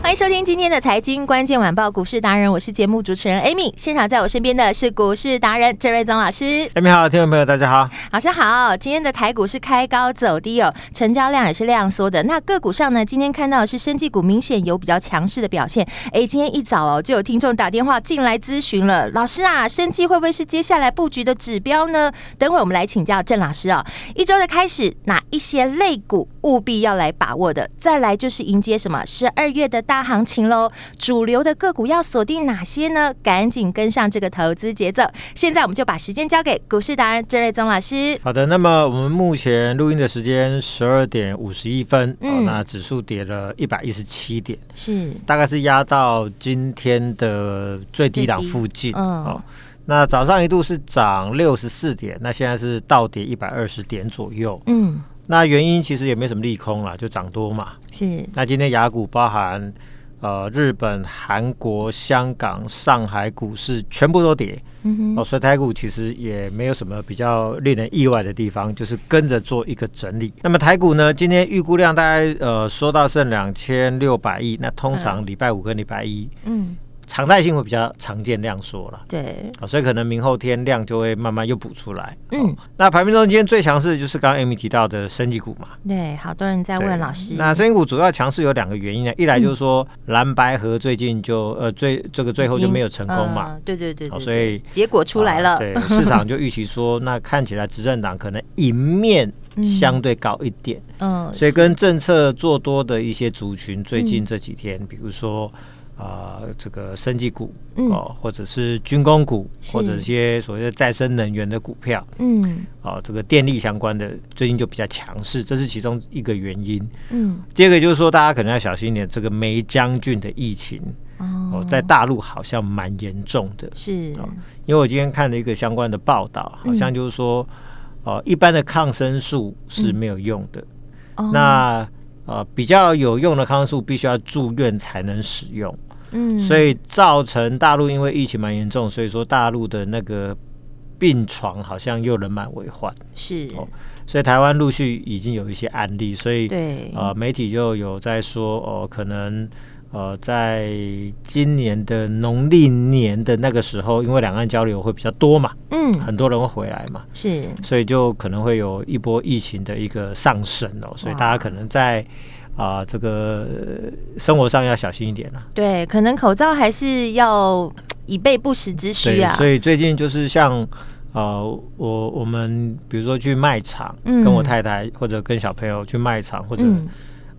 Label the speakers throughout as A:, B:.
A: 欢迎收听今天的财经关键晚报股市达人，我是节目主持人 Amy。现场在我身边的是股市达人郑瑞宗老师，
B: 哎，你好，听众朋友，大家好。
A: 老师好。今天的台股是开高走低哦，成交量也是量缩的。那个股上呢，今天看到的是生技股明显有比较强势的表现。哎，今天一早哦，就有听众打电话进来咨询了，老师啊，生技会不会是接下来布局的指标呢？等会儿我们来请教郑老师哦。一周的开始，哪一些类股务必要来把握的？再来就是迎接什么十二月的大行情喽。主流的个股要锁定哪些呢？赶紧跟上这个投资节奏。现在我们就把时间交给股市达人郑瑞宗老师。
B: 好的，那么我们目前录音的时间十二点五十一分，
A: 嗯
B: 哦，那指数跌了一百一十七点，
A: 是
B: 大概是压到今天的最低档
A: 最低
B: 附近，
A: 嗯
B: 哦。那早上一度是涨六十四点，那现在是倒跌一百二十点左右。
A: 嗯，
B: 那原因其实也没什么利空啦，就涨多嘛。
A: 是
B: 那今天雅股包含呃日本、韩国、香港、上海股市全部都跌，
A: 嗯
B: 哦，所以台股其实也没有什么比较令人意外的地方，就是跟着做一个整理。那么台股呢，今天预估量大概呃缩到剩两千六百亿，那通常礼拜五跟礼拜一、
A: 嗯，
B: 常态性会比较常见量缩了。
A: 对，
B: 啊，所以可能明后天量就会慢慢又补出来。
A: 嗯，
B: 那盘面中今天最强势的就是刚刚 Amy 提到的升级股嘛，
A: 对，好多人在
B: 对
A: 问老师，
B: 那生意股主要强势有两个原因呢，一
A: 嗯
B: 来就是说蓝白河最近就呃最这个最后就没有成功嘛，
A: 嗯对对对对
B: 哦所以
A: 结果出来了，
B: 啊对，市场就预期说，那看起来执政党可能赢面相对高一点，
A: 嗯，
B: 所以跟政策做多的一些族群，最近这几天，比如说。啊、这个生技股
A: 嗯
B: 哦，或者是军工股，
A: 是
B: 或者一些所谓的再生能源的股票，
A: 嗯
B: 哦，这个电力相关的最近就比较强势，这是其中一个原因。
A: 嗯
B: 第二个就是说，大家可能要小心一点，这个梅将军的疫情
A: 哦
B: 哦，在大陆好像蛮严重的，
A: 是
B: 哦因为我今天看了一个相关的报道，好像就是说，呃，一般的抗生素是没有用的，
A: 哦
B: 那呃比较有用的抗生素必须要住院才能使用，
A: 嗯
B: 所以造成大陆因为疫情蛮严重，所以说大陆的那个病床好像又人满为患，
A: 是
B: 哦所以台湾陆续已经有一些案例，所以
A: 对
B: 呃，媒体就有在说哦、可能呃，在今年的农历年的那个时候，因为两岸交流会比较多嘛，
A: 嗯
B: 很多人会回来嘛，
A: 是
B: 所以就可能会有一波疫情的一个上升哦，所以大家可能在啊、这个呃生活上要小心一点啦、
A: 对，可能口罩还是要以备不时之需
B: 对，
A: 啊
B: 所，以最近就是像。呃，我我们比如说去卖场，
A: 嗯
B: 跟我太太或者跟小朋友去卖场，或者、
A: 嗯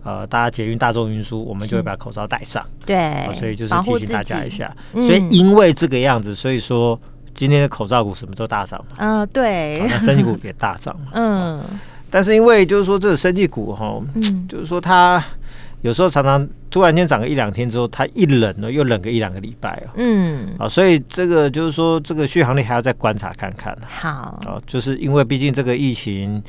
B: 呃搭捷运大众运输，我们
A: 是
B: 就会把口罩戴上。
A: 对
B: 哦，所以就是
A: 保护
B: 提
A: 自
B: 醒
A: 己
B: 大家一，下。
A: 嗯
B: 所以因为这个样子，所以说今天的口罩股什么都 大涨嘛，
A: 嗯
B: 好
A: 对，
B: 那生技股也大涨嘛。
A: 嗯
B: 但是因为就是说这个生技股哈，
A: 嗯
B: 就是说它有时候常常突然间涨个一两天之后，它一冷呢又冷个一两个礼拜哦。
A: 嗯
B: 啊，所以这个就是说，这个续航力还要再观察看看啊
A: 好，
B: 啊，就是因为毕竟这个疫情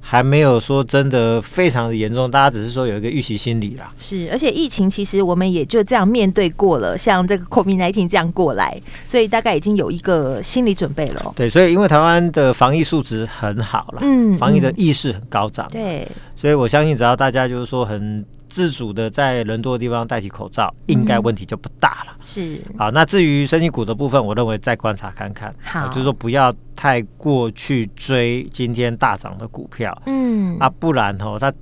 B: 还没有说真的非常的严重，大家只是说有一个预期心理啦。
A: 是，而且疫情其实我们也就这样面对过了，像这个 COVID 1 9这样过来，所以大概已经有一个心理准备了哦。
B: 对，所以因为台湾的防疫素质很好啦，
A: 嗯
B: 防疫的
A: 嗯
B: 意识很高涨，
A: 对，
B: 所以我相信只要大家就是说很自主的在人多的地方戴起口罩，应该问题就不大了。
A: 是，
B: 好，那至于生意股的部分，我认为再观察看看，
A: 好
B: 啊就是说不要太过去追今天大涨的股票。
A: 嗯
B: 啊，不然哦，它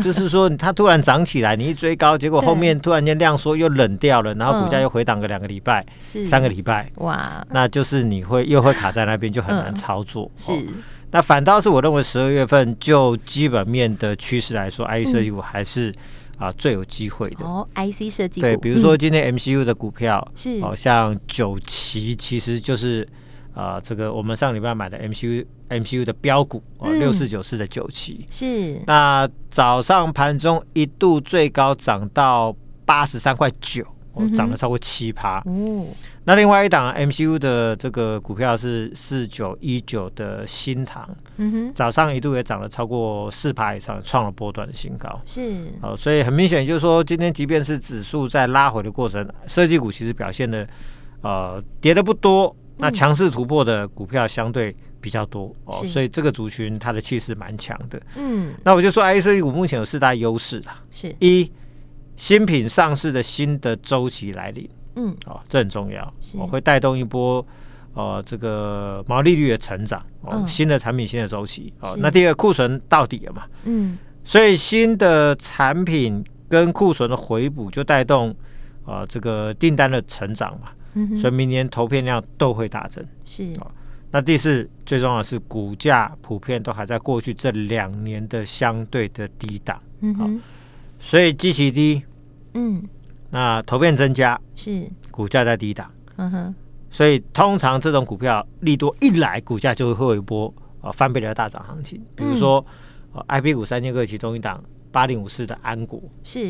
B: 就是说，它突然涨起来，你一追 高，结果后面突然间量缩又冷掉了，然后股价
A: 嗯
B: 又回档个两个礼拜、
A: 是
B: 三个礼拜，
A: 哇，
B: 那就是你会又会卡在那边，就很难
A: 嗯
B: 操作。
A: 是
B: 哦那反倒是我认为十二月份就基本面的趋势来说，IE 设计股还是、啊最有机会的。
A: 嗯哦，IC 设计股，
B: 对，比如哦说今天 MCU 的股票，
A: 是
B: 好、像九旗其实就是啊这个我们上礼拜买的 MCU MCU 的标股啊
A: 嗯
B: 六四九四的九旗
A: 嗯，是
B: 那早上盘中一度最高涨到八十三块九、哦
A: 嗯哼
B: 涨了超过七趴。
A: 哦，
B: 那另外一档 MCU 的这个股票是四九一九的新塘，
A: 嗯哼，
B: 早上一度也涨了超过四趴以上，创了波段的新高。
A: 是
B: 好、所以很明显就是说，今天即便是指数在拉回的过程，设计股其实表现的呃跌的不多，那强势突破的股票相对比较多哦，
A: 是
B: 所以这个族群它的气势蛮强的。
A: 嗯
B: 那我就说，I 设计股目前有四大优势啦，
A: 是
B: 一新品上市的新的周期来临。
A: 嗯
B: 哦，这很重要，
A: 是
B: 我、会带动一波呃这个毛利率的成长哦，
A: 嗯
B: 新的产品新的周期哦
A: 是。
B: 那第二库存到底了嘛，
A: 嗯
B: 所以新的产品跟库存的回补就带动啊、呃这个订单的成长嘛，
A: 嗯哼
B: 所以明年投片量都会大增。
A: 是
B: 那第四，最重要的是股价普遍都还在过去这两年的相对的低档，
A: 嗯哼
B: 所以基期低，
A: 嗯
B: 那投片增加，
A: 是
B: 股价在低档。
A: 嗯哼
B: 所以通常这种股票利多一来，股价就会有一波呃翻倍的大涨行情。比如说、呃、IP 股三剑客其中一档八零五四的安国，
A: 是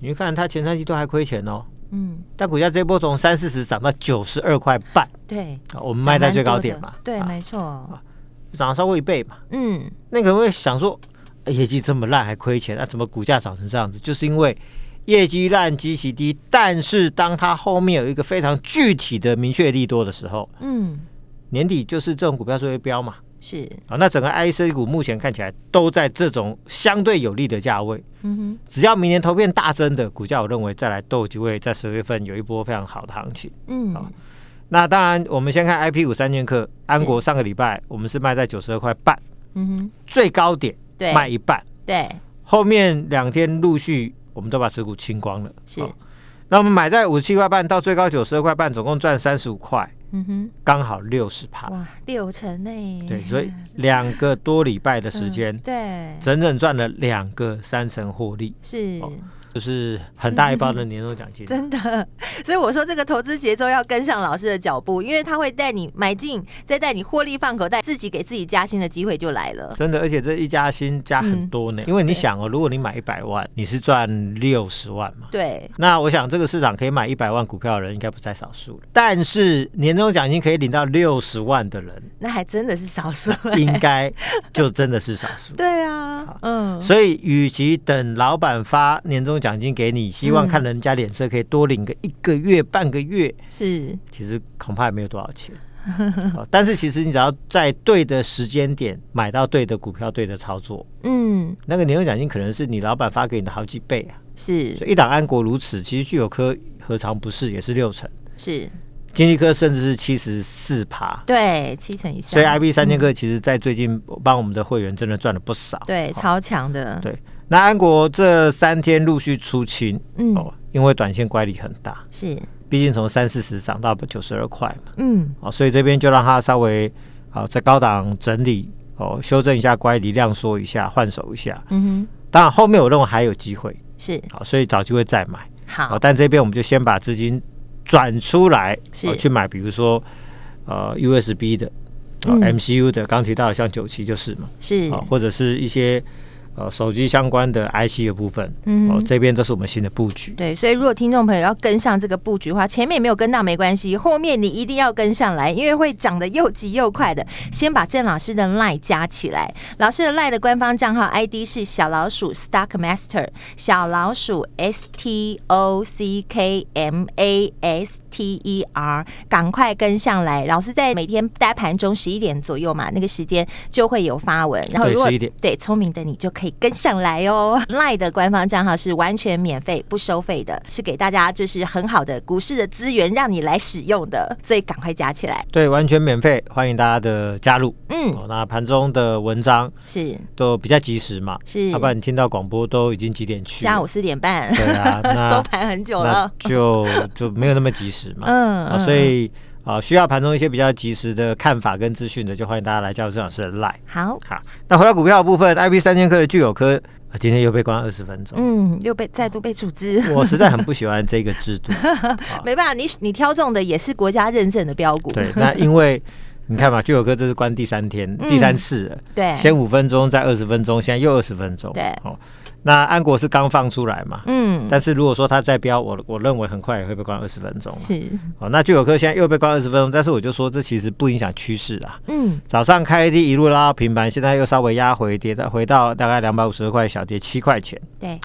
B: 你去看它前三季都还亏钱哦，
A: 嗯
B: 但股价这波从三四十涨到九十二块半、
A: 对，
B: 啊我们卖在最高点嘛
A: 蛮多，的对，
B: 啊
A: 没错，
B: 涨、了超过一倍嘛。
A: 嗯
B: 那可能会想说，哎业绩这么烂还亏钱，那、怎么股价涨成这样子？就是因为业绩烂、基期低，但是当它后面有一个非常具体的明确利多的时候，
A: 嗯
B: 年底就是这种股票就会飙嘛。
A: 是
B: 啊，那整个 IC 股目前看起来都在这种相对有利的价位，
A: 嗯
B: 只要明年投片大增的股价，我认为再来都有机会在十月份有一波非常好的行情。
A: 哼嗯
B: 好那当然，我们先看 IP 股三剑客，安国上个礼拜我们是卖在九十二块半，
A: 嗯哼
B: 最高点
A: 对
B: 卖一半，
A: 对
B: 后面两天陆续我们都把持股清光了。
A: 是
B: 哦那我们买在五十七块半到最高九十二块半，总共赚三十五块，
A: 嗯哼
B: 刚好六十趴。
A: 哇六成呢，
B: 对，所以两个多礼拜的时间
A: 嗯，对
B: 整整赚了两个三成获利，
A: 是
B: 哦就是很大一包的年终奖 金。
A: 真的，所以我说这个投资节奏要跟上老师的脚步，因为他会带你买进，再带你获利放口袋，自己给自己加薪的机会就来了。
B: 真的，而且这一加薪加很多
A: 嗯
B: 呢，因为你想哦，如果你买一百万，你是赚六十万嘛。
A: 对，
B: 那我想这个市场可以买一百万股票的人应该不在少数了，但是年终奖金可以领到六十万的 人，
A: 那还真的是少数、。
B: 应该就真的是少 数
A: 对啊
B: 好，
A: 嗯，
B: 所以，与其等老板发年终奖金给你，希望
A: 嗯
B: 看人家脸色可以多领个一个月、半个月，
A: 是，
B: 其实恐怕也没有多少钱。 哦但是其实你只要在对的时间点买到对的股票、对的操作，
A: 嗯，
B: 那个年终奖金可能是你老板发给你的好几倍啊。
A: 是
B: 所以一档安国如此，其实具有科何尝不是也是六成，
A: 是，
B: 金利科甚至是七十四趴。
A: 对，七成以上，
B: 所以 IB
A: 嗯
B: 三千克其实在最近帮我们的会员真的赚了不少。
A: 对，
B: 哦
A: 超强的，
B: 对。那安国这三天陆续出清
A: 嗯，
B: 哦，因为短线乖离很大，
A: 是，
B: 毕竟从三四十涨到九十二块嘛。
A: 嗯，
B: 哦，所以这边就让它稍微啊、在高档整理哦，修正一下乖离，量缩一下，换手一下。
A: 嗯
B: 当然后面我认为还有机会，
A: 哼，是，
B: 好、所以找机会再买。
A: 好，
B: 哦，但这边我们就先把资金转出来，哦
A: 是
B: 去买，比如说呃 USB 的、哦
A: 嗯
B: MCU 的，刚提到的像九七就是嘛，
A: 是
B: 啊、，或者是一些呃手机相关的 IC 的部分，
A: 嗯
B: 哦
A: 哼，
B: 这边都是我们新的布局。
A: 对，所以如果听众朋友要跟上这个布局的话，前面没有跟到没关系，后面你一定要跟上来，因为会涨得又急又快的。先把郑老师的 LINE 加起来，老师的 LINE 的官方账号 ID 是小老鼠 Stock Master，小老鼠 S T O C K M A S T E R，赶快跟上来。老师在每天大盘中十一点左右嘛，那个时间就会有发文，然后
B: 对
A: 如果
B: 11点
A: 对，聪明的你就可以跟上来哦。Line 的官方账号是完全免费、不收费的，是给大家就是很好的股市的资源，让你来使用的，所以赶快加起来。
B: 对，完全免费，欢迎大家的加入。
A: 嗯，
B: 哦，那盘中的文章
A: 是
B: 都比较及时嘛，啊
A: 是
B: 要不然你听到广播都已经几点去了？
A: 下午四点半，
B: 对啊那
A: 收盘很久
B: 那
A: 了。
B: 就就没有那么及时嘛。
A: 嗯
B: 啊，所以啊，需要盘中一些比较及时的看法跟资讯的，就欢迎大家来加入郑老师的 line。
A: 好，
B: 好，那回到股票的部分，IP 三千克的聚友科啊今天又被关二十分钟。
A: 嗯，又被再度被处置，
B: 我实在很不喜欢这个制 度。啊
A: 没办法，你你挑中的也是国家认证的标股，
B: 对，那因为你看嘛，就有哥这是关第三天、第三次了，
A: 嗯对
B: 先五分钟，再二十分钟，现在又二十分钟。
A: 对
B: 哦，那安国是刚放出来嘛？
A: 嗯，
B: 但是如果说它再标，我我认为很快也会被关二十分钟。
A: 是，
B: 哦，那就有科现在又被关二十分钟，但是我就说这其实不影响趋势啊。
A: 嗯，
B: 早上开低一路拉到平盘，现在又稍微压回跌到回到大概两百五十块，小跌七块钱。
A: 对，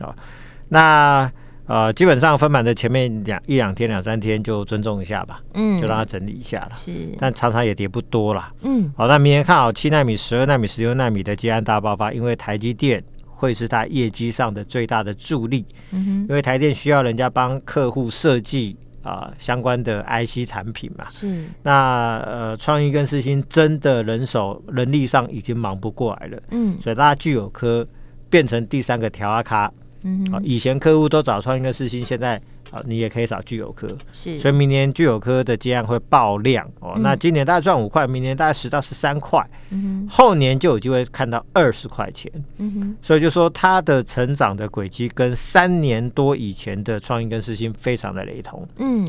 B: 那呃，基本上分盘的前面两一两天、两三天就尊重一下吧，
A: 嗯，
B: 就让它整理一下了。
A: 是，
B: 但常常也跌不多啦。
A: 嗯，
B: 好，那明年看好七纳米、十二纳米、十六纳米的接案大爆发，因为台积电会是它业绩上的最大的助力。
A: 嗯
B: 因为台电需要人家帮客户设计啊、相关的 IC 产品嘛
A: 哼，。是，
B: 那呃，创意跟世新真的人手人力上已经忙不过来了，
A: 嗯
B: 所以大家具有科变成第三个调阿咖。
A: 嗯
B: 啊，
A: 哼，
B: 以前客户都找创意跟世新，现在啊你也可以找具有科，
A: 是，
B: 所以明年具有科的接案会爆量哦。
A: 嗯
B: 那今年大概赚五块，明年大概十到十三块，
A: 嗯
B: 后年就有机会看到二十块钱。
A: 哼，嗯哼，
B: 所以就说它的成长的轨迹跟三年多以前的创意跟世新非常的雷同。
A: 嗯，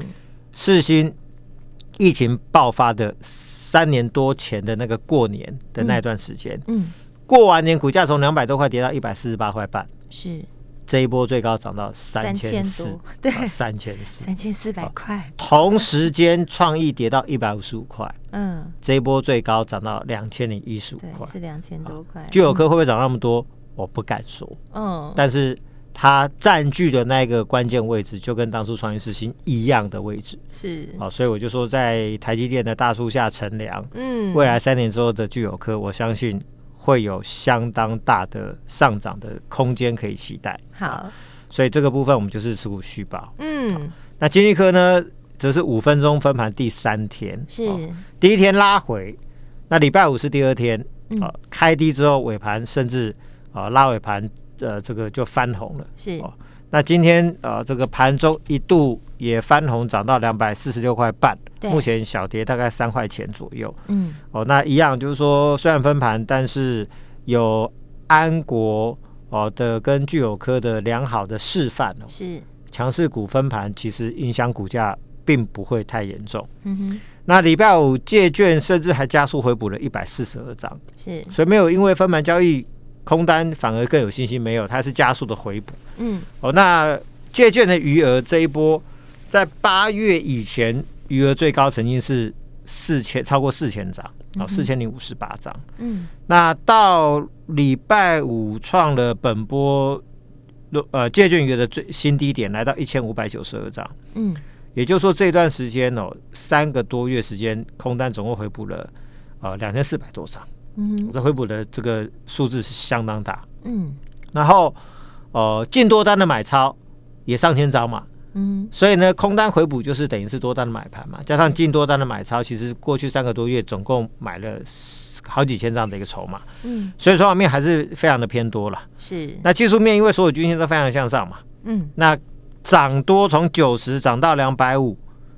B: 世新疫情爆发的三年多前的那个过年的那段时间，
A: 嗯，
B: 过完年股价从两百多块跌到一百四十八块半，
A: 是
B: 这一波最高涨到三千
A: 3000
B: 四啊
A: 多，对
B: 三千四。
A: 三千四百块，
B: 同时间，创意跌到一百五十五块，
A: 嗯，
B: 这一波最高涨到两千零一十五
A: 对，
B: 块。
A: 是两千多块，
B: 具有科会不会涨那么多？我不敢说。
A: 嗯，
B: 但是它占据的那个关键位置，就跟当初创业四星一样的位置。
A: 是，
B: 好、所以我就说，在台积电的大树下乘凉，
A: 嗯，
B: 未来三年之后的具有科，我相信会有相当大的上涨的空间可以期待。
A: 好，
B: 所以这个部分我们就是持股续报。
A: 嗯，
B: 那金立科呢，则是五分钟分盘第三天，哦
A: 是，
B: 第一天拉回，那礼拜五是第二天，
A: 嗯
B: 啊、开低之后尾盘甚至啊、拉尾盘，呃，这个就翻红了。
A: 是，
B: 哦那今天呃，这个盘中一度也翻红，涨到两百四十六块半，
A: 对
B: 目前小跌大概三块钱左右。
A: 嗯，
B: 哦，那一样就是说，虽然分盘，但是有安国哦的跟聚友科的良好的示范哦，
A: 是，
B: 强势股分盘其实影响股价并不会太严重。
A: 嗯哼，
B: 那礼拜五借券甚至还加速回补了一百四十二张，
A: 是，
B: 所以没有因为分盘交易空单反而更有信心，没有，它是加速的回补。
A: 嗯，
B: 哦，那借券的余额这一波，在八月以前余额最高曾经是四千，超过四千张，哦，四千零五十八张。
A: 嗯，
B: 那到礼拜五创了本波呃借券余额的最新低点，来到一千五百九十二张。
A: 嗯，
B: 也就是说，这段时间哦，三个多月时间，空单总共回补了呃两千四百多张，
A: 嗯哼，
B: 这回补的这个数字是相当大。
A: 嗯，
B: 然后呃净多单的买超也上千张嘛，
A: 嗯，
B: 所以呢空单回补就是等于是多单的买盘嘛，加上净多单的买超，其实过去三个多月总共买了好几千张的一个筹码，
A: 嗯，
B: 所以说方面还是非常的偏多了。
A: 是，
B: 那技术面因为所有均线都非常向上嘛，
A: 嗯，
B: 那涨多从九十涨到两百五，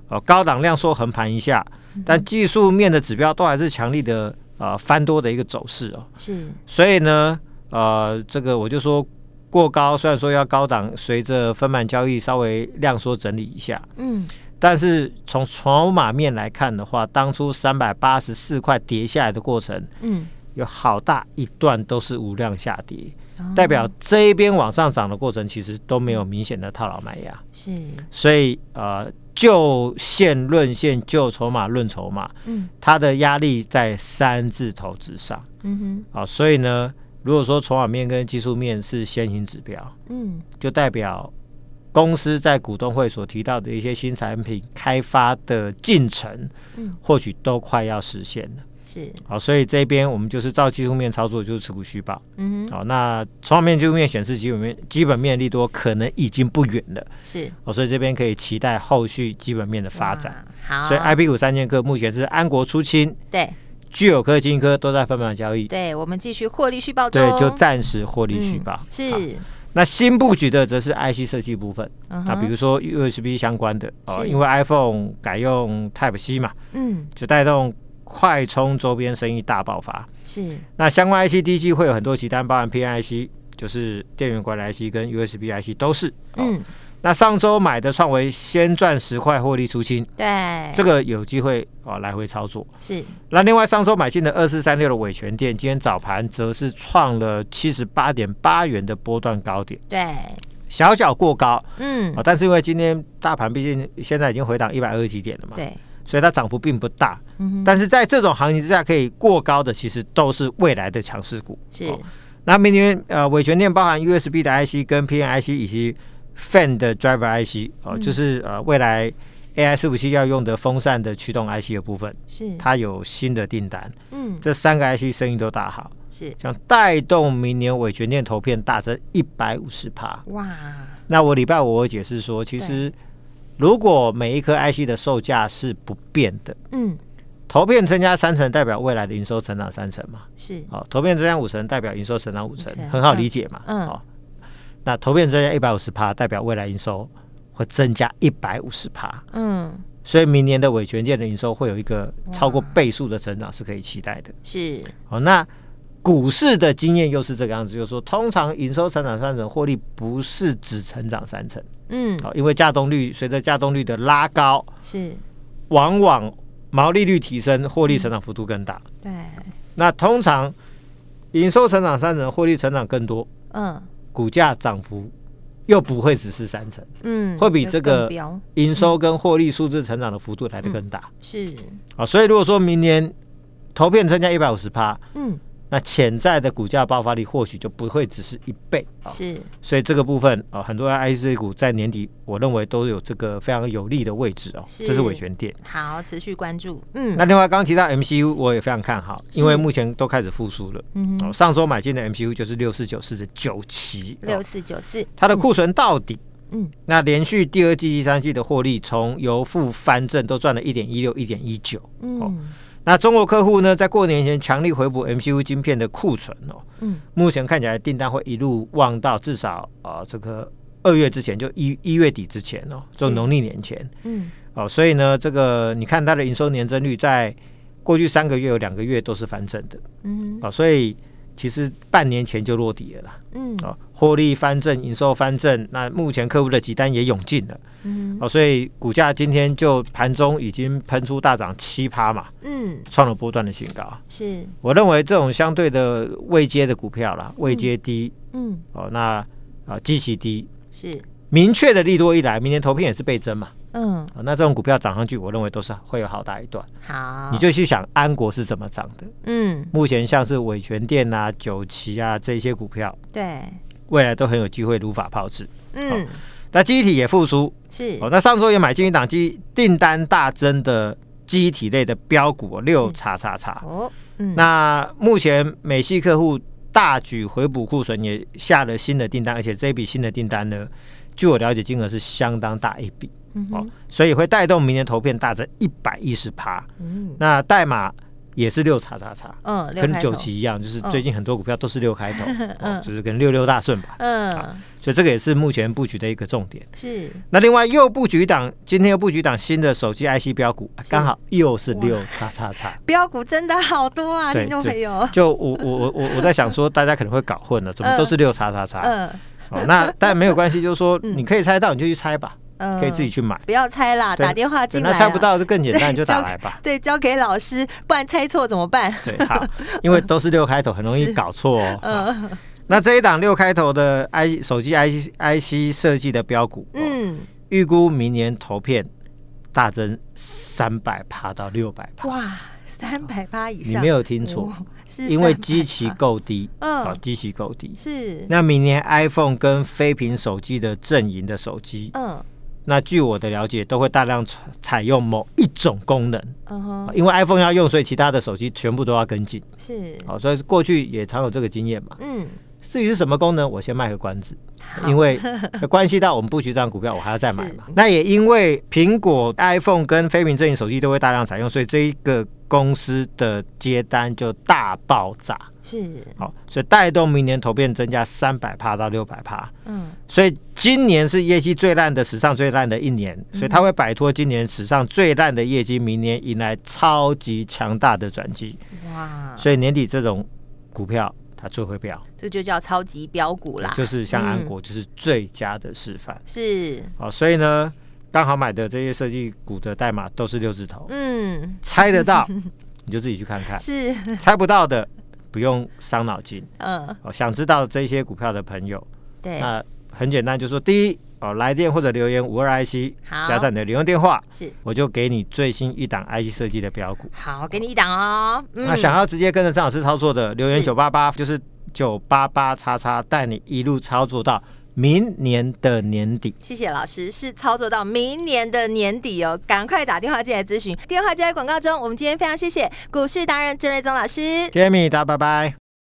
B: 哦，高档量缩横盘一下，但技术面的指标都还是强力的呃翻多的一个走势哦，
A: 是，
B: 所以呢，呃，这个我就说过高，虽然说要高档，随着分盘交易稍微量缩整理一下，
A: 嗯，
B: 但是从筹码面来看的话，当初三百八十四块跌下来的过程，
A: 嗯，
B: 有好大一段都是无量下跌，
A: 哦
B: 代表这一边往上涨的过程其实都没有明显的套牢卖压。
A: 是，
B: 所以呃，就线论线，就筹码论筹码，
A: 嗯，
B: 它的压力在三字头之上
A: 嗯哼，
B: 啊。所以呢，如果说筹码面跟技术面是先行指标，
A: 嗯，
B: 就代表公司在股东会所提到的一些新产品开发的进程，
A: 嗯，
B: 或许都快要实现了。
A: 是，
B: 好，所以这边我们就是照技术面操作，就是持股续报。
A: 嗯哼，
B: 好，那筹码面、技术面显示基本面基本面利多可能已经不远了。
A: 是
B: 哦，所以这边可以期待后续基本面的发展。。
A: 哇好，
B: 所以 I P 股三剑客目前是安国出清、
A: 对
B: 具有科、金科都在分盘交易，
A: 对，我们继续获利续报中，
B: 对，就暂时获利续报。好
A: 哦嗯是，
B: 那新布局的则是 I C 设计部分，
A: 嗯
B: 那
A: 哼
B: 比如说 U S B 相关的哦，
A: 是
B: 因为 iPhone 改用 Type C 嘛，
A: 嗯，
B: 就带动快充周边生意大爆发。
A: 是，
B: 那相关 I C D G 会有很多集单，包含 P I C。就是电源管理 IC 跟 USB IC 都是。哦、
A: 嗯，
B: 那上周买的创维先赚十块获利出清，
A: 对，
B: 这个有机会啊、哦、来回操作。
A: 是
B: 那另外上周买进的二四三六的伟权店，今天早盘则是创了七十八点八元的波段高点，
A: 对，
B: 小小过高
A: 嗯
B: 啊、哦但是因为今天大盘毕竟现在已经回档一百二十几点了嘛，
A: 对，嗯
B: 所以它涨幅并不大。但是在这种行情之下，可以过高的其实都是未来的强势股。
A: 是
B: 哦那明年呃，伟权电包含 USB 的 IC 跟 PN IC 以及 Fan 的 Driver IC 哦，
A: 嗯
B: 就是呃未来 AI 伺服器要用的风扇的驱动 IC 的部分，
A: 是，
B: 它有新的订单，
A: 嗯
B: 这三个 IC 生意都大好，
A: 是，
B: 想带动明年伟权电投片大增一百五十趴。
A: 哇，
B: 那我礼拜五我会解释说，其实如果每一颗 IC 的售价是不变的，
A: 嗯
B: 投片增加三成代表未来的营收成长三成嘛，
A: 是，
B: 哦，投片增加五成代表营收成长五成
A: 五成，
B: 很好理解嘛，
A: 嗯嗯
B: 哦，那投片增加一百五十趴代表未来营收会增加一百五十趴，
A: 嗯
B: 所以明年的尾权店的营收会有一个超过倍数的成长是可以期待的。
A: 是，
B: 哦，那股市的经验又是这个样子，就是说通常营收成长三成，获利不是只成长三成，
A: 嗯
B: 哦，因为价动率随着价动率的拉高，
A: 是，
B: 往往毛利率提升，获利成长幅度更大。
A: 对，
B: 那通常营收成长三成，获利成长更多，
A: 嗯
B: 股价涨幅又不会只是三成，
A: 嗯，
B: 会比
A: 有
B: 这
A: 更
B: 个
A: 标
B: 营收跟获利数字成长的幅度来得更大。
A: 是，
B: 啊，所以如果说明年投片增加一百五十趴，
A: 嗯
B: 那潜在的股价爆发力或许就不会只是一倍啊。
A: 是，
B: 所以这个部分啊，很多 IC 股在年底，我认为都有这个非常有利的位置哦。
A: 是
B: 这是尾权点。
A: 好，持续关注，嗯
B: 那另外刚刚提到 MCU，我也非常看好，因
A: 是
B: 为目前都开始复苏了。
A: 嗯
B: 哦，
A: 哼，
B: 上周买进的 MCU 就是六四九四的九期，
A: 六
B: 哦
A: 四九四，
B: 它的库存到底。
A: 嗯，
B: 那连续第二季、第三季的获利从由负翻正，都赚了一点一六、一点一九。
A: 嗯
B: 那中国客户呢，在过年前强力回补 MCU 晶片的库存哦，
A: 嗯
B: 目前看起来订单会一路望到至少啊、呃这个二月之前，就一一月底之前哦，就是农历年前
A: 嗯
B: 哦，所以呢，这个你看它的营收年增率在过去三个月有两个月都是翻正的
A: 嗯
B: 哦，所以其实半年前就落底了啦。
A: 嗯
B: 啊，获利翻正，营收翻正，那目前客户的急单也涌进了，
A: 嗯
B: 哦，所以股价今天就盘中已经喷出大涨七趴嘛，
A: 嗯
B: 创了波段的新高。
A: 是，
B: 我认为这种相对的未接的股票啦，未接低、
A: 嗯
B: 哦，那啊基期低，
A: 是，
B: 明确的利多一来，明年投片也是倍增嘛，
A: 嗯
B: 啊、那这种股票涨上去，我认为都是会有好大一段。
A: 好，
B: 你就去想安国是怎么涨的，
A: 嗯
B: 目前像是伟权店啊、九旗啊这些股票，
A: 对，
B: 未来都很有机会如法炮制。
A: 嗯
B: 那基体也复苏，
A: 是
B: 哦，，那上周也买进一档基订单大增的基体类的标股哦六叉叉叉。
A: 哦，嗯
B: 那目前美系客户大举回补库存，也下了新的订单，而且这一笔新的订单呢，据我了解金额是相当大一笔
A: 嗯
B: 哦
A: 哼，
B: 所以会带动明年投片大增一百一十趴。
A: 嗯
B: 那代码也是六叉叉叉，
A: 嗯，六
B: 跟
A: 开
B: 九
A: 头
B: 旗一样，就是
A: 嗯
B: 最近很多股票都是六开 头，哦就是跟六六大顺吧。
A: 嗯
B: 所以这个也是目前布局的一个重点。
A: 是
B: 那另外又布局档，今天又布局档新的手机 IC 标股，啊刚好又是
A: 哇
B: 六叉叉叉。
A: 标股真的好多啊，
B: 对
A: 听众朋友，
B: 就我我我我我在想说，大家可能会搞混了，怎么都是六叉叉叉？
A: 嗯
B: 哦，那但没有关系，就是说你可以猜到你就去猜吧，
A: 嗯，
B: 可以自己去买。
A: 不要猜啦，
B: 对
A: 打电话
B: 对
A: 进来
B: 那
A: 啊，
B: 猜不到就更简单，
A: 对
B: 你就打
A: 交
B: 来吧。
A: 对，交给老师，不然猜错怎么办？
B: 对，好，因为都是六开头，很容易搞错哦。
A: 嗯
B: 好那这一档六开头的 I 手机 IC IC 设计的标股，嗯，
A: 嗯，
B: 预估明年投片大增三百趴到六百趴。
A: 哇，三百八以
B: 你
A: 上，
B: 没有听错
A: 哦，是
B: 因为
A: 380
B: 基期够低，
A: 嗯
B: 哦，基期够低。
A: 是，
B: 那明年 iPhone 跟非屏手机的阵营的手机，
A: 嗯
B: 那据我的了解，都会大量采采用某一种功能，
A: 嗯
B: 啊
A: 哼，
B: 因为 iPhone 要用，所以其他的手机全部都要跟进。
A: 是，
B: 好、所以过去也常有这个经验嘛。
A: 嗯，
B: 至于是什么功能，我先卖个关子，
A: 好
B: 因为关系到我们布局这张股票，我还要再买嘛
A: 是。
B: 那也因为苹果 iPhone 跟非屏阵营手机都会大量采用，所以这一个公司的接单就大爆炸。
A: 是，
B: 好、所以带动明年投片增加三百帕到六百帕。
A: 嗯
B: 所以今年是业绩最烂的、史上最烂的一年，
A: 嗯
B: 所以它会摆脱今年史上最烂的业绩，明年迎来超级强大的转机。
A: 哇，
B: 所以年底这种股票，它最会飙，
A: 这就叫超级标股啦，
B: 就是像安
A: 嗯
B: 国就是最佳的示范。
A: 是，
B: 好，所以呢，刚好买的这些设计股的代码都是六字头，
A: 嗯，
B: 猜 得到你就自己去看看，
A: 是，
B: 猜不到的不用伤脑筋。
A: 嗯，
B: 哦，想知道这些股票的朋友，
A: 对，
B: 那很简单，就说第一哦，来电或者留言五二 IC
A: 好
B: 加上你的留言电话，
A: 是，
B: 我就给你最新一档 IC 设计的标股。
A: 好，给你一档哦。嗯
B: 那想要直接跟着张老师操作的，留言
A: 是
B: 九八八就是九八八叉叉，带你一路操作到明年的年底。
A: 谢谢老师，是操作到明年的年底哦，赶快打电话进来咨询，电话就在广告中。我们今天非常谢谢股市达人郑瑞宗老师。
B: Jamie，大家拜拜。